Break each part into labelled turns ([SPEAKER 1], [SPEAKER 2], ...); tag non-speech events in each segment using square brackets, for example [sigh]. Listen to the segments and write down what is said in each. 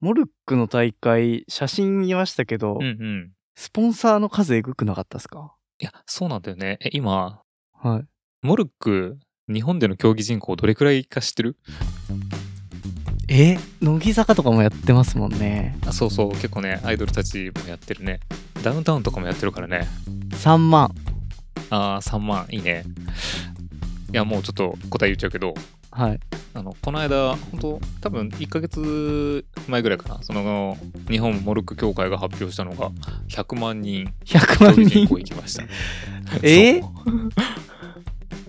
[SPEAKER 1] モルックの大会、写真見ましたけど、
[SPEAKER 2] うんうん。
[SPEAKER 1] スポンサーの数えぐくなかったですか
[SPEAKER 2] いや、そうなんだよね。え、今、
[SPEAKER 1] はい。
[SPEAKER 2] モルック、日本での競技人口どれくらいか知ってる
[SPEAKER 1] え乃木坂とかもやってますもんね。
[SPEAKER 2] あ、そうそう。結構ね、アイドルたちもやってるね。ダウンタウンとかもやってるからね。
[SPEAKER 1] 3万。
[SPEAKER 2] あー、3万、いいね。いや、もうちょっと答え言っちゃうけど、
[SPEAKER 1] はい。
[SPEAKER 2] あの、この間、本当多分1ヶ月前ぐらいかな、その、日本モルック協会が発表したのが、100万人、
[SPEAKER 1] 100
[SPEAKER 2] 競
[SPEAKER 1] 万
[SPEAKER 2] 技人
[SPEAKER 1] 人。
[SPEAKER 2] 口行きま [laughs] した。
[SPEAKER 1] えー
[SPEAKER 2] そう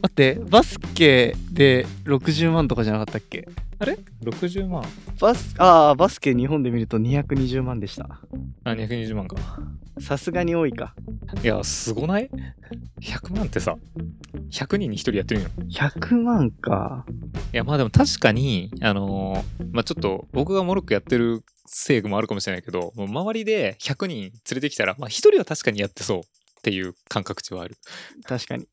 [SPEAKER 1] 待って、バスケで60万とかじゃなかったっけ
[SPEAKER 2] ?60 万
[SPEAKER 1] バス、ああ、バスケ日本で見ると220万でした。
[SPEAKER 2] あ、220万か。
[SPEAKER 1] さすがに多いか。
[SPEAKER 2] いや、すごない ?100 万ってさ、100人に1人やってるんよ。い
[SPEAKER 1] 100万か。
[SPEAKER 2] や、まあでも確かに、あのーまあちょっと、僕がモルックやってるせいもあるかもしれないけど、もう周りで100人連れてきたら、まあ1人は確かにやってそうっていう感覚値はある。
[SPEAKER 1] 確かに。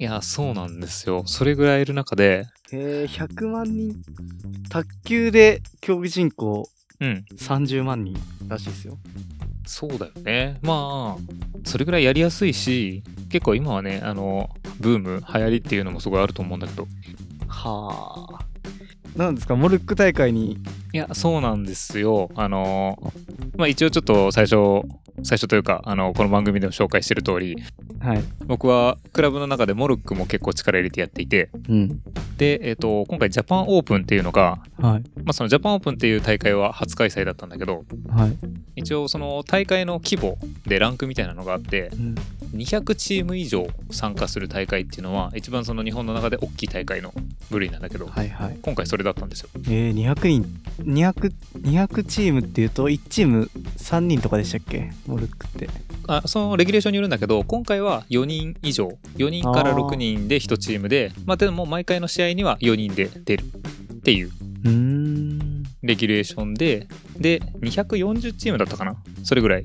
[SPEAKER 2] いや、そうなんですよ。それぐらいいる中で、
[SPEAKER 1] えー、100万人。卓球で競技人口
[SPEAKER 2] うん、
[SPEAKER 1] 30万人らしいですよ。
[SPEAKER 2] そうだよね。まあ、それぐらいやりやすいし、結構今はね、あの、ブーム、流行りっていうのもすごいあると思うんだけど、
[SPEAKER 1] はあ。なんですか、モルック大会に。
[SPEAKER 2] いや、そうなんですよ。あのー、まあ一応ちょっと最初、最初というか、あの、この番組でも紹介してる通り、
[SPEAKER 1] はい。
[SPEAKER 2] 僕はクラブの中でモルックも結構力入れてやっていて、
[SPEAKER 1] うん。
[SPEAKER 2] で、えっ、と、今回ジャパンオープンっていうのが、
[SPEAKER 1] はい。
[SPEAKER 2] まあそのジャパンオープンっていう大会は初開催だったんだけど、
[SPEAKER 1] はい。
[SPEAKER 2] 一応その大会の規模でランクみたいなのがあって、
[SPEAKER 1] うん。
[SPEAKER 2] 200チーム以上参加する大会っていうのは、一番その日本の中で大きい大会の部類なんだけど、
[SPEAKER 1] はいはい。
[SPEAKER 2] 今回それだったんですよ。
[SPEAKER 1] えー、200人、200、200チームっていうと、1チーム3人とかでしたっけモルックって。
[SPEAKER 2] あそのレギュレーションによるんだけど今回は4人以上4人から
[SPEAKER 1] あー
[SPEAKER 2] 6人で1チームでまあでも毎回の試合には4人で出るっていう
[SPEAKER 1] うーん。
[SPEAKER 2] レギュレーションでで240チームだったかなそれぐらい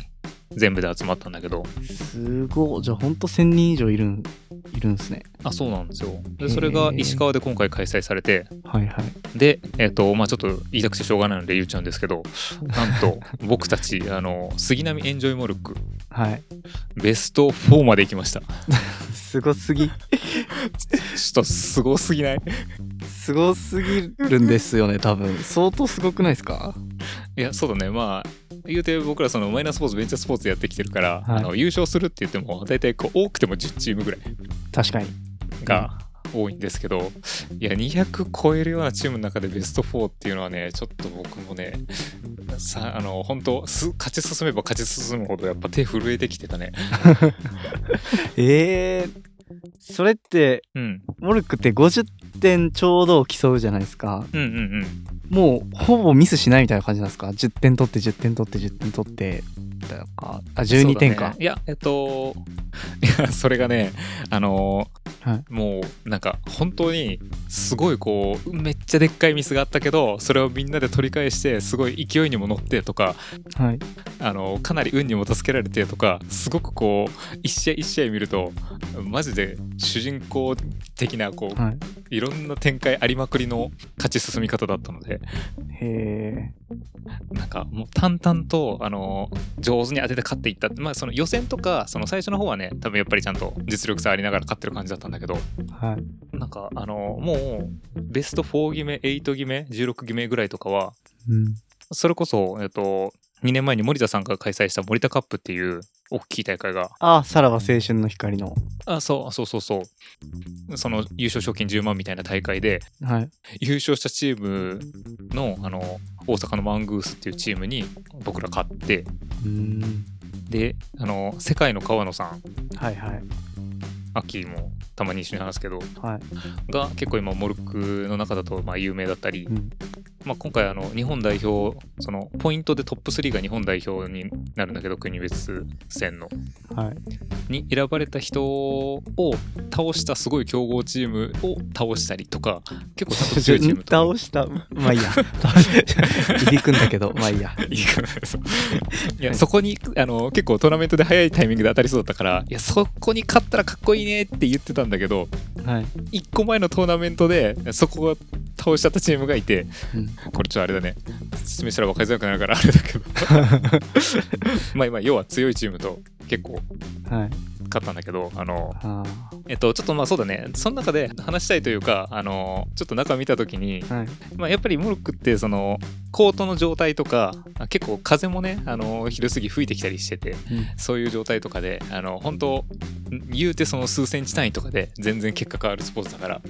[SPEAKER 2] 全部で集まったんだけど
[SPEAKER 1] すごい。じゃあ、ほんと1000人以上いるん、いるんすね。
[SPEAKER 2] あそうなんですよ
[SPEAKER 1] へ
[SPEAKER 2] で
[SPEAKER 1] ー
[SPEAKER 2] それが石川で今回開催されて
[SPEAKER 1] はいはい。
[SPEAKER 2] でえっ、とまあちょっと言いたくてしょうがないので言っちゃうんですけどな
[SPEAKER 1] [laughs]
[SPEAKER 2] んと僕たちあの杉並エンジョイモルック
[SPEAKER 1] はい。
[SPEAKER 2] ベスト4まで行きましたちょ
[SPEAKER 1] すごすぎ。
[SPEAKER 2] っとすごすぎない
[SPEAKER 1] すごすぎるんですよね、多分。相当すごくないですか
[SPEAKER 2] いやそうだねまあ言うて僕らそのマイナースポーツベンチャースポーツやってきてるから、
[SPEAKER 1] はい
[SPEAKER 2] あの優勝するって言っても大体こう多くても10チームぐらい
[SPEAKER 1] 確かに。
[SPEAKER 2] が多いんですけどいや200超えるようなチームの中でベスト4っていうのはねちょっと僕もねさあの本当す勝ち進めば勝ち進むほどやっぱ手震えてきてたね
[SPEAKER 1] えー、それって、
[SPEAKER 2] うん
[SPEAKER 1] モルックって50点ちょうどを競うじゃないですか。
[SPEAKER 2] うんうん
[SPEAKER 1] もうほぼミスしないみたいな感じなんですか10点取って10点取って10点取ってみたいなかあ
[SPEAKER 2] うん
[SPEAKER 1] 12点か、
[SPEAKER 2] そうだねいやえっと [laughs] いやそれがねあの
[SPEAKER 1] はい、
[SPEAKER 2] もうなんか本当にすごいこうめっちゃでっかいミスがあったけどそれをみんなで取り返してすごい勢いにも乗ってとか
[SPEAKER 1] はい、
[SPEAKER 2] あのかなり運にも助けられてとかすごくこう一試合一試合見るとマジで主人公的なこう
[SPEAKER 1] はい、
[SPEAKER 2] いろんな展開ありまくりの勝ち進み方だったので
[SPEAKER 1] へえ
[SPEAKER 2] なんかもう淡々とあの上手に当てて勝っていったまあその予選とかその最初の方はね多分やっぱりちゃんと実力差ありながら勝ってる感じだったんだけど
[SPEAKER 1] はい
[SPEAKER 2] なんかあのもうベスト4決め8決め16決めぐらいとかは
[SPEAKER 1] うん
[SPEAKER 2] それこそ、えっと、2年前に森田さんが開催した森田カップっていう大きい大会が
[SPEAKER 1] あさらば青春の光の
[SPEAKER 2] あそうそうそうそうその優勝賞金10万みたいな大会で
[SPEAKER 1] はい
[SPEAKER 2] 優勝したチームのあの大阪のマングースっていうチームに僕ら勝って
[SPEAKER 1] うーん
[SPEAKER 2] であの世界の川野さん
[SPEAKER 1] はいはい
[SPEAKER 2] アッキーもたまに一緒に話すけど
[SPEAKER 1] はい
[SPEAKER 2] が結構今モルックの中だとまあ有名だったり
[SPEAKER 1] うん
[SPEAKER 2] まあ、今回あの日本代表そのポイントでトップ3が日本代表になるんだけど国別戦の
[SPEAKER 1] はい
[SPEAKER 2] に選ばれた人を倒したすごい強豪チームを倒したりとか結構ちゃんと強いチームと
[SPEAKER 1] [laughs] 倒したまあい [laughs] いや入り組んだけどまあいいや
[SPEAKER 2] いいかなそういやそこにあの結構トーナメントで早いタイミングで当たりそうだったからいやそこに勝ったらかっこいいねって言ってたんだけど
[SPEAKER 1] はい、
[SPEAKER 2] 1個前のトーナメントでそこが倒しちゃったチームがいて
[SPEAKER 1] うん、
[SPEAKER 2] これちょっとあれだね説明したら分かりづらくなるからあれだけどまあ今要は強いチームと結構
[SPEAKER 1] はい。
[SPEAKER 2] 勝ったんだけどあの
[SPEAKER 1] あ
[SPEAKER 2] えっとちょっとまあそうだねその中で話したいというかあのちょっと中見た時に
[SPEAKER 1] ーはい。
[SPEAKER 2] まあ、やっぱりモルックってそのコートの状態とかあ結構風もねあの昼過ぎ吹いてきたりしてて
[SPEAKER 1] うん
[SPEAKER 2] そういう状態とかであの本当ん言うてその数センチ単位とかで全然結果変わるスポーツだから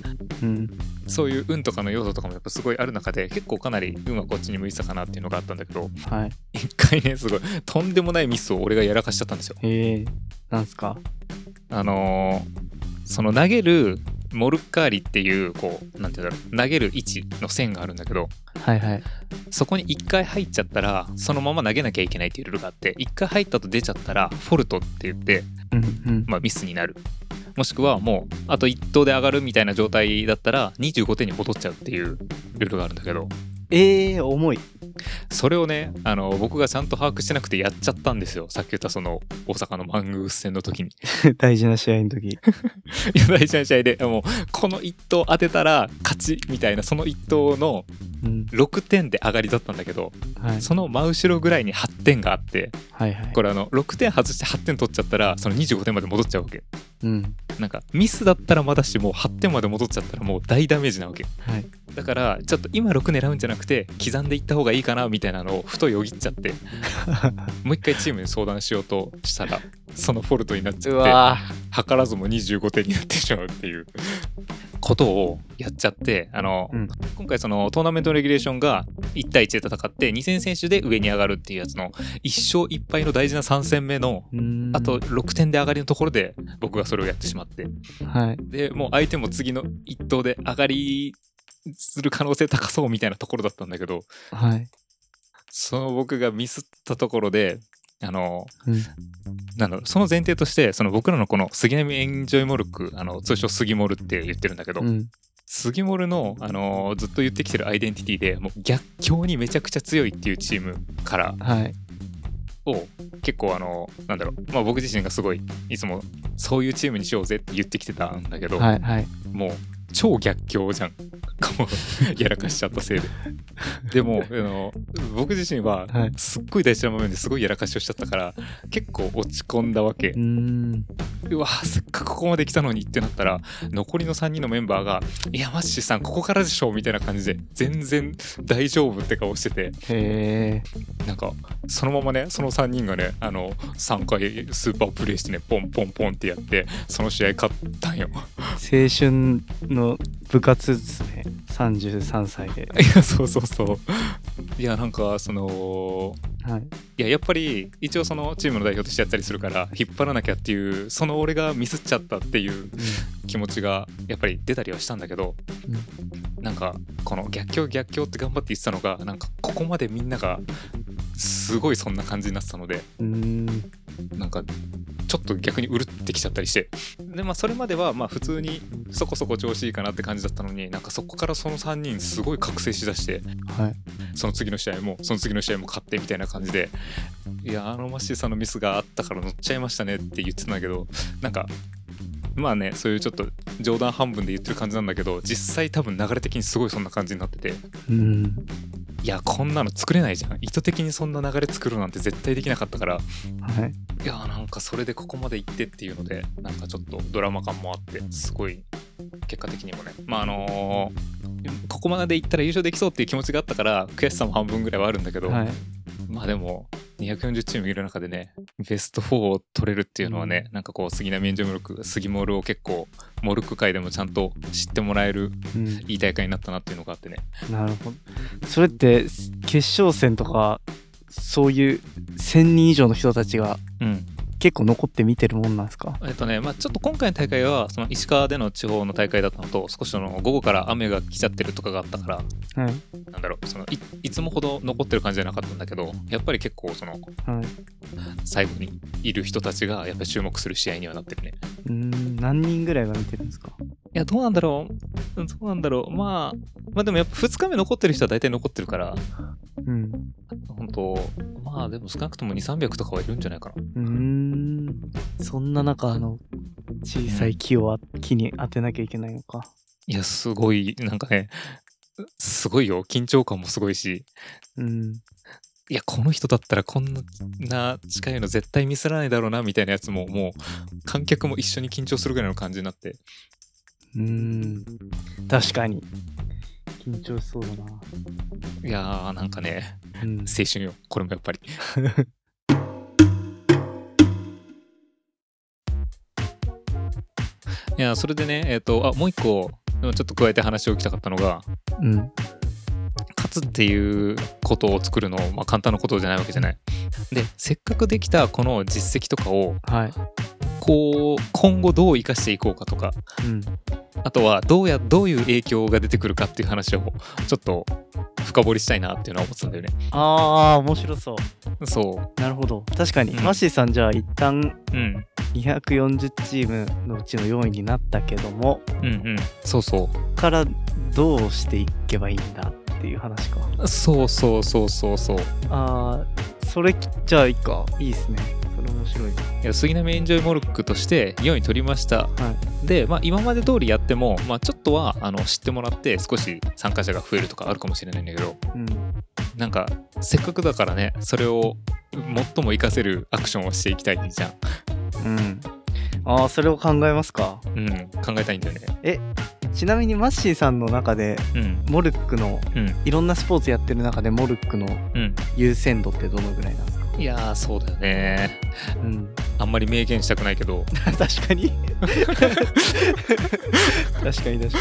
[SPEAKER 1] うん。
[SPEAKER 2] そういう運とかの要素とかもやっぱすごいある中で結構かなり運はこっちに向いてたかなっていうのがあったんだけど
[SPEAKER 1] はい。
[SPEAKER 2] 一回ねすごいとんでもないミスを俺がやらかしちゃったんですよ。
[SPEAKER 1] えー、なんすか
[SPEAKER 2] あのーその投げるモルッカーリっていうこうなんていうんだろう投げる位置の線があるんだけど
[SPEAKER 1] はいはい。
[SPEAKER 2] そこに1回入っちゃったらそのまま投げなきゃいけないっていうルールがあって1回入ったと出ちゃったらフォルトって言って、
[SPEAKER 1] うんうん。
[SPEAKER 2] まあ、ミスになるもしくはもうあと1投で上がるみたいな状態だったら25点に戻っちゃうっていうルールがあるんだけど
[SPEAKER 1] ええー、重い。 [laughs]
[SPEAKER 2] それをねあの僕がちゃんと把握してなくてやっちゃったんですよさっき言ったその大阪のマングース戦の時に [laughs]
[SPEAKER 1] 大事な試合の時。
[SPEAKER 2] いや大事な試合でもうこの1投当てたら勝ちみたいなその1投の
[SPEAKER 1] [laughs] うん。
[SPEAKER 2] 6点で上がりだったんだけど
[SPEAKER 1] はい。
[SPEAKER 2] その真後ろぐらいに8点があって
[SPEAKER 1] はいはい。
[SPEAKER 2] これあの6点外して8点取っちゃったらその25点まで戻っちゃうわけ
[SPEAKER 1] うん。
[SPEAKER 2] なんかミスだったらまだしもう8点まで戻っちゃったらもう大ダメージなわけ
[SPEAKER 1] はい。
[SPEAKER 2] だからちょっと今6狙うんじゃなくて刻んでいった方がいいかなみたいなのをふとよぎっち
[SPEAKER 1] [laughs]
[SPEAKER 2] ゃってもう一回チームに相談しようとしたらそのフォルトになっちゃっ
[SPEAKER 1] ぁ。
[SPEAKER 2] て計らずも25点になってしまうっていうことをやっちゃってあの、
[SPEAKER 1] うん
[SPEAKER 2] 今回そのトーナメントのレギュレーションが1対1で戦って2000選手で上に上がるっていうやつの1勝1敗の大事な3戦目の
[SPEAKER 1] うーん
[SPEAKER 2] あと、6点で上がりのところで僕がそれをやってしまって
[SPEAKER 1] はい。
[SPEAKER 2] でもう相手も次の1投で上がりする可能性高そうみたいなところだったんだけど
[SPEAKER 1] はい。
[SPEAKER 2] その僕がミスったところであの
[SPEAKER 1] うん。
[SPEAKER 2] なんだろうその前提としてその僕らのこの杉並エンジョイモルクあの通称杉モルって言ってるんだけど、
[SPEAKER 1] うん。
[SPEAKER 2] 杉モルの、あのずっと言ってきてるアイデンティティでもう逆境にめちゃくちゃ強いっていうチームから
[SPEAKER 1] はい。
[SPEAKER 2] を結構あのなんだろう、まあ、僕自身がすごいいつもそういうチームにしようぜって言ってきてたんだけど、
[SPEAKER 1] はいはい。
[SPEAKER 2] もう超逆境じゃん [laughs] もうやらかしちゃったせいででもあの僕自身は
[SPEAKER 1] はい。
[SPEAKER 2] すっごい大事な場面ですごいやらかしをしちゃったから結構落ち込んだわけ
[SPEAKER 1] うーん。
[SPEAKER 2] うわせっかくここまで来たのにってなったら残りの3人のメンバーが「いやマッシーさんここからでしょ」みたいな感じで全然大丈夫って顔してて
[SPEAKER 1] へえ。
[SPEAKER 2] なんかそのままねその3人がねあの3回スーパープレイしてねポンポンポンってやってその試合勝ったんよ
[SPEAKER 1] 青春の部活ですね。33歳で。
[SPEAKER 2] いや [laughs] そうそうそういやなんかその
[SPEAKER 1] はい。
[SPEAKER 2] いややっぱり一応そのチームの代表としてやったりするから引っ張らなきゃっていうその俺がミスっちゃったっていう気持ちがやっぱり出たりはしたんだけど、なんかこの逆境逆境って頑張って言ってたのがなんかここまでみんながすごいそんな感じになってたので
[SPEAKER 1] うん。うーん。
[SPEAKER 2] なんかちょっと逆にうるってきちゃったりしてでまあそれまではまあ普通にそこそこ調子いいかなって感じだったのになんかそこからその3人すごい覚醒しだして
[SPEAKER 1] はい。
[SPEAKER 2] その次の試合もその次の試合も勝ってみたいな感じでいやあのマッシーさんのミスがあったから乗っちゃいましたねって言ってたんだけどなんかまあねそういうちょっと冗談半分で言ってる感じなんだけど実際多分流れ的にすごいそんな感じになってて
[SPEAKER 1] うん。
[SPEAKER 2] いやこんなの作れないじゃん意図的にそんな流れ作るなんて絶対できなかったから
[SPEAKER 1] はい。
[SPEAKER 2] いやなんかそれでここまで行ってっていうのでなんかちょっとドラマ感もあってすごい結果的にもねまああのーここまで行ったら優勝できそうっていう気持ちがあったから悔しさも半分ぐらいはあるんだけど、
[SPEAKER 1] はい。
[SPEAKER 2] まあでも240チームいる中でねベスト4を取れるっていうのはね、なんかこう杉並エンジョイモルク杉モルを結構モルク界でもちゃんと知ってもらえる
[SPEAKER 1] うん。
[SPEAKER 2] いい大会になったなっていうのがあってね
[SPEAKER 1] なるほど。それって、決勝戦とか、そういう1000人以上の人たちが
[SPEAKER 2] うん
[SPEAKER 1] 結構残って見てるもんなんですか
[SPEAKER 2] えっとね、まあ、ちょっと今回の大会はその石川での地方の大会だったのと少しその午後から雨が来ちゃってるとかがあったから
[SPEAKER 1] はい。
[SPEAKER 2] なんだろうそのいいつもほど残ってる感じじゃなかったんだけどやっぱり結構その
[SPEAKER 1] はい。
[SPEAKER 2] 最後にいる人たちがやっぱり注目する試合にはなってるね
[SPEAKER 1] うーん。何人ぐらいが見てるんですか
[SPEAKER 2] いやどうなんだろうどうなんだろうまあまあでもやっぱ2日目残ってる人は大体残ってるから
[SPEAKER 1] うん。
[SPEAKER 2] 本当まあでも少なくとも2300とかはいるんじゃないかな
[SPEAKER 1] うーん。そんな中、あの、小さい木をあ木に当てなきゃいけないのか。
[SPEAKER 2] いやすごいなんかねすごいよ緊張感もすごいし
[SPEAKER 1] うん。
[SPEAKER 2] いやこの人だったらこんな近いの絶対ミスらないだろうなみたいなやつももう観客も一緒に緊張するぐらいの感じになって
[SPEAKER 1] うん。確かに。緊張しそうだな。
[SPEAKER 2] いやーなんかね
[SPEAKER 1] うん。
[SPEAKER 2] 青春よこれもやっぱりいやそれでねえっ、とあもう一個ちょっと加えて話を聞きたかったのが
[SPEAKER 1] うん。
[SPEAKER 2] 勝つっていうことを作るの、まあ、簡単なことじゃないわけじゃない。でせっかくできたこの実績とかを
[SPEAKER 1] はい。
[SPEAKER 2] こう今後どう生かしていこうかとか
[SPEAKER 1] うん。
[SPEAKER 2] あとはどうやどういう影響が出てくるかっていう話をちょっと深掘りしたいなっていうのは思ってたんだよね。
[SPEAKER 1] あー、面白そう。
[SPEAKER 2] そ
[SPEAKER 1] なるほど。確かに、
[SPEAKER 2] うん
[SPEAKER 1] マッシーさんじゃあ一旦
[SPEAKER 2] う、うん、
[SPEAKER 1] 240チームのうちの4位になったけども、
[SPEAKER 2] うんうんそうそ
[SPEAKER 1] ここからどうしていけばいいんだっていう話か。
[SPEAKER 2] うそうそうそうそうそう
[SPEAKER 1] あー、それじゃあいいか。いいっすね。それ面白い。
[SPEAKER 2] いや杉並エンジョイモルックとして4位取りました、で、まあ、今まで通りやっても、まあ、ちょっとはあの知ってもらって少し参加者が増えるとかあるかもしれないんだけど
[SPEAKER 1] うん。
[SPEAKER 2] なんかせっかくだからねそれを最も活かせるアクションをしていきたいじゃん、
[SPEAKER 1] うん。あー、それを考えますか。
[SPEAKER 2] うん、考えたいんだよね
[SPEAKER 1] ちなみにマッシーさんの中で、
[SPEAKER 2] うん
[SPEAKER 1] モルックの
[SPEAKER 2] うん
[SPEAKER 1] いろんなスポーツやってる中でモルックの
[SPEAKER 2] うん
[SPEAKER 1] 優先度ってどのぐらいなんですか、
[SPEAKER 2] いやーそうだよね
[SPEAKER 1] うん、
[SPEAKER 2] あんまり明言したくないけ [laughs] ど
[SPEAKER 1] [laughs] 確かに確かに確か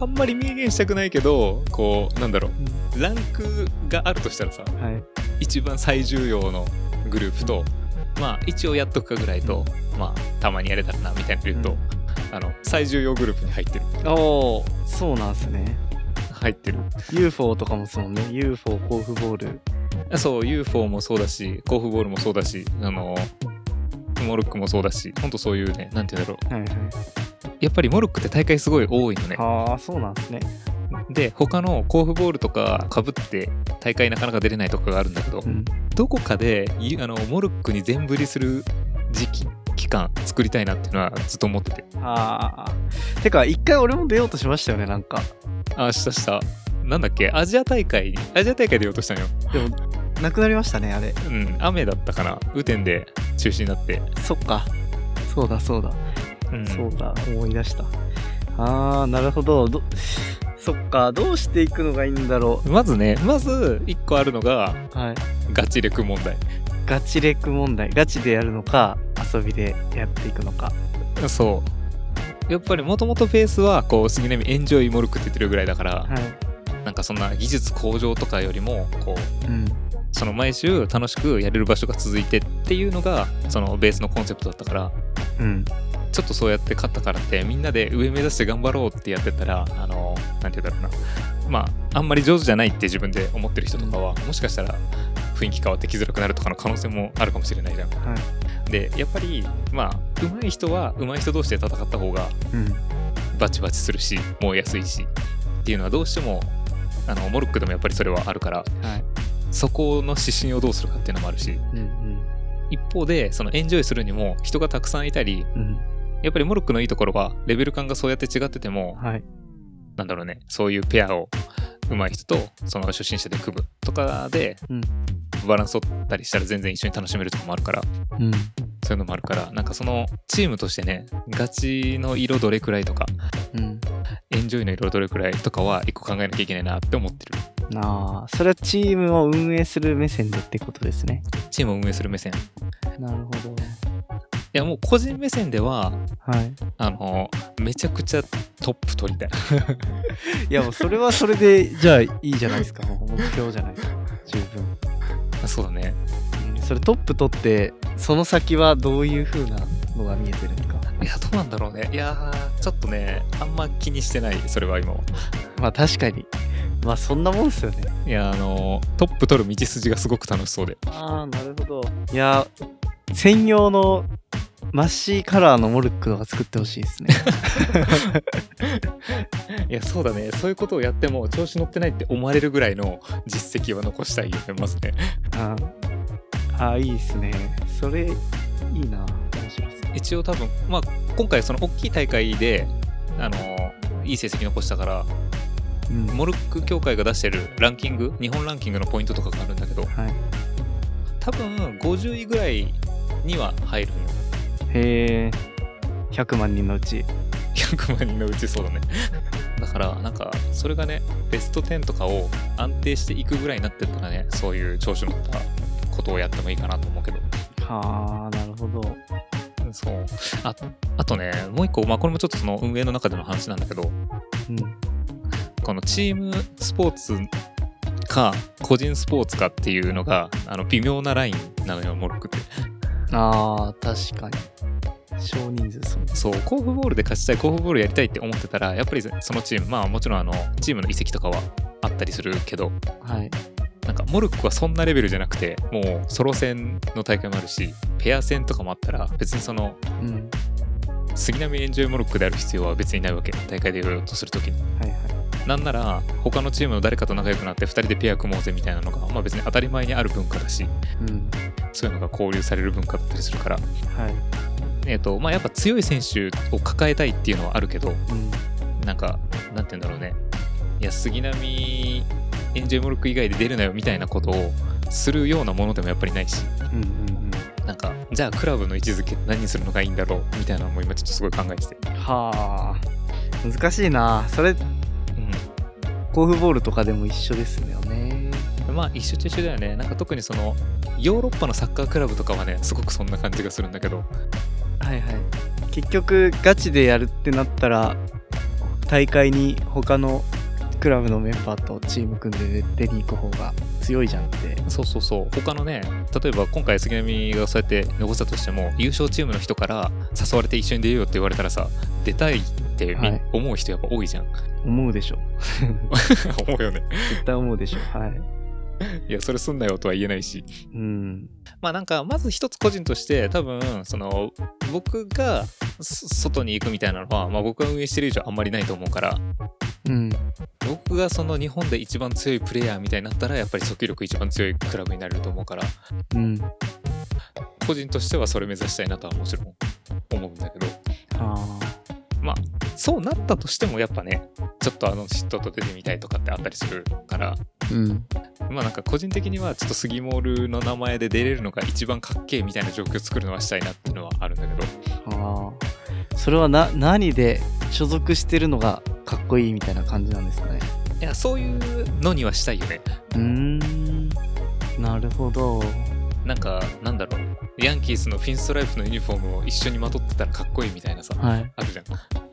[SPEAKER 2] あんまり明言したくないけどこうなんだろうランクがあるとしたらさ
[SPEAKER 1] に、はい、
[SPEAKER 2] 一番最重要のグループと、まあ一応やっとくかぐらいと、まあたまにやれたらなみたいなグループと、あの最重要グループに入ってる
[SPEAKER 1] おおそうなんすね
[SPEAKER 2] 入ってる
[SPEAKER 1] UFO とかもそうね UFO 甲府ボール
[SPEAKER 2] そう UFO もそうだしゴフボールもそうだしあのモルックもそうだしほんとそういうねなんて言うんだろ
[SPEAKER 1] はいはいう
[SPEAKER 2] やっぱりモルックって大会すごい多いのね
[SPEAKER 1] ああそうなんすね
[SPEAKER 2] で他の甲府ボールとかかぶって大会なかなか出れないとかがあるんだけど、
[SPEAKER 1] うん
[SPEAKER 2] どこかでいあのモルックに全振りする時期期間作りたいなっていうのはずっと思ってて
[SPEAKER 1] ああてか一回俺も出ようとしましたよねなんか
[SPEAKER 2] あ、したした。なんだっけアジア大会に、アジア大会出ようとしたのよ。
[SPEAKER 1] でもなくなりましたねあれ
[SPEAKER 2] うん、雨だったかな。雨天で中止になって。
[SPEAKER 1] そっかそうだそうだ
[SPEAKER 2] うん、
[SPEAKER 1] そうだ思い出したあーなるほどどそっかどうしていくのがいいんだろ
[SPEAKER 2] まずね、まず1個あるのが、
[SPEAKER 1] うはい
[SPEAKER 2] ガチレク問題。
[SPEAKER 1] ガチレク問題ガチでやるのか遊びでやっていくのか
[SPEAKER 2] そう。やっぱりもともとベースは、こう、杉並エンジョイモルクって言ってるぐらいだから、
[SPEAKER 1] い
[SPEAKER 2] なんかそんな技術向上とかよりも、こう、
[SPEAKER 1] うん
[SPEAKER 2] その毎週楽しくやれる場所が続いてっていうのが、そのベースのコンセプトだったから、
[SPEAKER 1] うん
[SPEAKER 2] ちょっとそうやって勝ったからってみんなで上目指して頑張ろうってやってたらあのなんて言うんだろうなまああんまり上手じゃないって自分で思ってる人とかはもしかしたら雰囲気変わってきづらくなるとかの可能性もあるかもしれないじゃん。
[SPEAKER 1] は
[SPEAKER 2] でやっぱりまあ上手い人は上手い人同士で戦った方が
[SPEAKER 1] いうん
[SPEAKER 2] バチバチするし燃えやすいしっていうのはどうしてもあのモルックでもやっぱりそれはあるから
[SPEAKER 1] はい
[SPEAKER 2] そこの指針をどうするかっていうのもあるし
[SPEAKER 1] うん
[SPEAKER 2] 一方でそのエンジョイするにも人がたくさんいたり
[SPEAKER 1] うんうん
[SPEAKER 2] やっぱりモルックのいいところはレベル感がそうやって違ってても
[SPEAKER 1] はい
[SPEAKER 2] なんだろうね、そういうペアを上手い人とその初心者で組むとかで、
[SPEAKER 1] うん
[SPEAKER 2] バランス取ったりしたら全然一緒に楽しめるとかもあるから、
[SPEAKER 1] うん
[SPEAKER 2] そういうのもあるから、なんかそのチームとしてね、ガチの色どれくらいとか、
[SPEAKER 1] うん
[SPEAKER 2] エンジョイの色どれくらいとかは一個考えなきゃいけないなって思ってる。
[SPEAKER 1] ああそれはチームを運営する目線でってことですね
[SPEAKER 2] チームを運営する目線。い
[SPEAKER 1] なるほど
[SPEAKER 2] やもう個人目線では、
[SPEAKER 1] はい
[SPEAKER 2] あの、めちゃくちゃトップ取りたい。 [laughs]
[SPEAKER 1] いやもうそれはそれでじゃあいいじゃないですかもう目標じゃないですか十分
[SPEAKER 2] そうだね。
[SPEAKER 1] うんそれトップ取ってその先はどういう風なのが見えてるんですか
[SPEAKER 2] いや、どうなんだろうね。いやー、ちょっとね、あんま気にしてない、それは今は。
[SPEAKER 1] まあ確かにまあそんなもんですよね
[SPEAKER 2] いや、あの、トップ取る道筋がすごく楽しそうで。
[SPEAKER 1] ああなるほどいや専用のマッシーカラーのモルックとか作ってほしいですね
[SPEAKER 2] いやそうだねそういうことをやっても調子乗ってないって思われるぐらいの実績は残したいよねまずね
[SPEAKER 1] [laughs] あーあーいいですねそれいいな面白そう
[SPEAKER 2] 一応多分まあ今回その大きい大会であのいい成績残したから
[SPEAKER 1] うん
[SPEAKER 2] モルック協会が出してるランキング日本ランキングのポイントとかがあるんだけど
[SPEAKER 1] はい
[SPEAKER 2] 多分50位ぐらいには入るのよ
[SPEAKER 1] へえ100万人のうち
[SPEAKER 2] 100万人のうちそうだねだからなんかそれがねベスト10とかを安定していくぐらいになってったらねそういう調子乗ったことをやってもいいかなと思うけど
[SPEAKER 1] はあなるほど
[SPEAKER 2] そうああとねもう一個、まあ、これもちょっとその運営の中での話なんだけど
[SPEAKER 1] うん
[SPEAKER 2] このチームスポーツか個人スポーツかっていうのがあの微妙なラインなのよモルックって
[SPEAKER 1] あー確かに少人数そう
[SPEAKER 2] そう甲府ボールで勝ちたい甲府ボールやりたいって思ってたらやっぱりそのチームまあもちろんあのチームの移籍とかはあったりするけど
[SPEAKER 1] はい
[SPEAKER 2] なんかモルックはそんなレベルじゃなくてもうソロ戦の大会もあるしペア戦とかもあったら別にその
[SPEAKER 1] うん
[SPEAKER 2] 杉並エンジョイモルックである必要は別にないわけ大会でやろうとするときに
[SPEAKER 1] はいはい
[SPEAKER 2] なんなら他のチームの誰かと仲良くなって2人でペア組もうぜみたいなのが、まあ、別に当たり前にある文化だし
[SPEAKER 1] うん
[SPEAKER 2] そういうのが交流される文化だったりするから、
[SPEAKER 1] はい
[SPEAKER 2] えーとまあ、やっぱ強い選手を抱えたいっていうのはあるけど
[SPEAKER 1] うん
[SPEAKER 2] なんかなんて言うんだろうねいや杉並エンジョイモルック以外で出るなよみたいなことをするようなものでもやっぱりないし
[SPEAKER 1] うんうん
[SPEAKER 2] なんかじゃあクラブの位置づけって何にするのがいいんだろうみたいなのも今ちょっとすごい考えてて、
[SPEAKER 1] うんはあ難しいなそれ
[SPEAKER 2] う
[SPEAKER 1] ゴルフボールとかでも一緒ですよね
[SPEAKER 2] ん、まあ一緒中緒だよねなんか特にそのヨーロッパのサッカークラブとかはねすごくそんな感じがするんだけど
[SPEAKER 1] はいはい結局ガチでやるってなったら大会に他のクラブのメンバーとチーム組んで出に行く方が強いじゃんって
[SPEAKER 2] そうそうそう他のね例えば今回杉並がそうやって残したとしても優勝チームの人から誘われて一緒に出ようよって言われたらさ出たいってみ、
[SPEAKER 1] はい
[SPEAKER 2] 思う人やっぱ多いじゃん [laughs]
[SPEAKER 1] 思うでし [laughs] ょ
[SPEAKER 2] 思うよね
[SPEAKER 1] 絶対思うでしょはい
[SPEAKER 2] いやそれすんなよとは言えないし
[SPEAKER 1] うん
[SPEAKER 2] まあなんかまず一つ個人として多分その僕がそ外に行くみたいなのは、まあ、僕が運営してる以上あんまりないと思うから
[SPEAKER 1] うん
[SPEAKER 2] 僕がその日本で一番強いプレイヤーみたいになったらやっぱり訴求力一番強いクラブになれると思うから
[SPEAKER 1] うんは
[SPEAKER 2] 個人としてはそれ目指したいなとはもちろん思うんだけど
[SPEAKER 1] あ
[SPEAKER 2] そうなったとしてもやっぱねちょっとあの人と出てみたいとかってあったりするから
[SPEAKER 1] うん
[SPEAKER 2] まあなんか個人的にはちょっと杉モールの名前で出れるのが一番かっけえみたいな状況を作るのはしたいなっていうのはあるんだけど
[SPEAKER 1] はあそれはな何で所属してるのがかっこいいみたいな感じなんですかね
[SPEAKER 2] いやそういうのにはしたいよね
[SPEAKER 1] うーんなるほど
[SPEAKER 2] なんかなんだろうヤンキースのフィンストライプのユニフォームを一緒にまとってたらかっこいいみたいなさ
[SPEAKER 1] はい
[SPEAKER 2] あるじゃん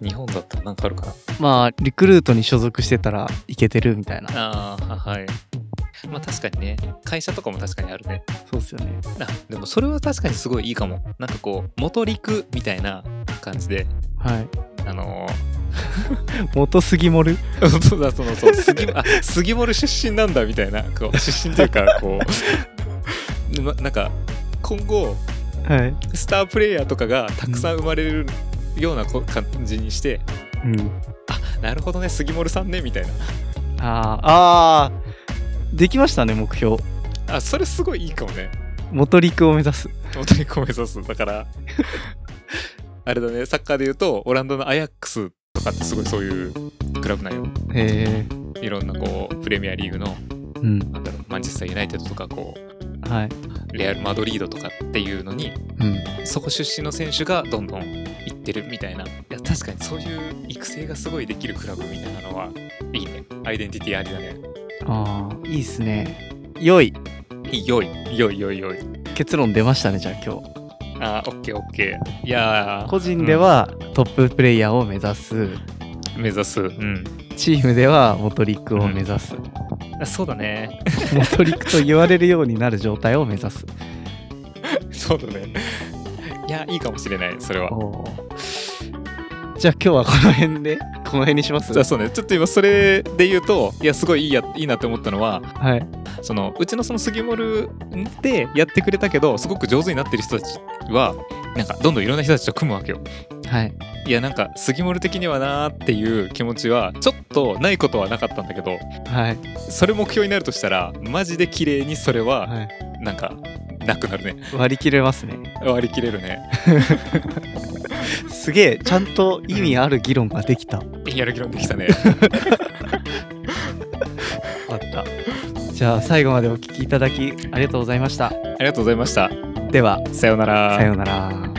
[SPEAKER 2] 日本だったらなんかあるかな
[SPEAKER 1] まあリクルートに所属してたらいけてるみたいな
[SPEAKER 2] ああはいまあ確かにね会社とかも確かにあるね
[SPEAKER 1] [laughs] そうっすよね
[SPEAKER 2] あでもそれは確かにすごいいいかもなんかこう元陸みたいな感じで
[SPEAKER 1] はい
[SPEAKER 2] あの
[SPEAKER 1] 元杉森
[SPEAKER 2] ー、そうだそうだそう杉あ杉森出身なんだみたいなこう出身というかこ [laughs] うでまなんか今後
[SPEAKER 1] はい
[SPEAKER 2] スタープレイヤーとかがたくさん生まれるようなこ感じにして、
[SPEAKER 1] うん
[SPEAKER 2] なるほどね杉森さんねみたい
[SPEAKER 1] あーあーできましたね目標
[SPEAKER 2] なあそれすごいいいかもね
[SPEAKER 1] 元陸を目指す
[SPEAKER 2] 本当にこう目指すだから [laughs] あれだねサッカーで言うとオランダのアヤックスとかってすごいそういうクラブなんよ
[SPEAKER 1] へえ
[SPEAKER 2] いろんなこうプレミアリーグの
[SPEAKER 1] うん
[SPEAKER 2] なんだろうマンチェスターユナイテッドとかこう
[SPEAKER 1] はい
[SPEAKER 2] レアル・マドリードとかっていうのに
[SPEAKER 1] うん
[SPEAKER 2] そこ出身の選手がどんどん行ってるみたいないや確かにそういう育成がすごいできるクラブみたいなのはいいねアイデンティティありだね
[SPEAKER 1] ああいいっすね良い
[SPEAKER 2] 良い良い良い良い
[SPEAKER 1] 結論出ましたねじゃあ今日
[SPEAKER 2] あーオッケーオッケーいや
[SPEAKER 1] 個人ではトッププレイヤーを目指す
[SPEAKER 2] ー目指すうん
[SPEAKER 1] チームでは元陸を目指す、
[SPEAKER 2] あそうだね
[SPEAKER 1] 元陸と言われるようになる状態を目指す
[SPEAKER 2] [laughs] そうだねいやいいかもしれないそれは
[SPEAKER 1] おーじゃあ今日はこの辺でこの辺にします
[SPEAKER 2] じゃあそうねちょっと今それで言うといやすごいいいやいいなって思ったのは
[SPEAKER 1] はい
[SPEAKER 2] そのうちのその杉森でやってくれたけどすごく上手になってる人たちはなんかどんどんいろんな人たちと組むわけよ
[SPEAKER 1] はい
[SPEAKER 2] いやなんか杉森的にはなーっていう気持ちはちょっとないことはなかったんだけど
[SPEAKER 1] はい
[SPEAKER 2] それ目標になるとしたらマジで綺麗にそれは
[SPEAKER 1] はい
[SPEAKER 2] なんかなくなるね
[SPEAKER 1] 割り切れますね
[SPEAKER 2] 割り切れるね
[SPEAKER 1] すげえちゃんと意味ある議論ができた
[SPEAKER 2] [laughs] やる議論できたね
[SPEAKER 1] した。じゃあ最後までお聞きいただきありがとうございました。
[SPEAKER 2] ありがとうございました。
[SPEAKER 1] では、
[SPEAKER 2] さようなら。
[SPEAKER 1] さようなら。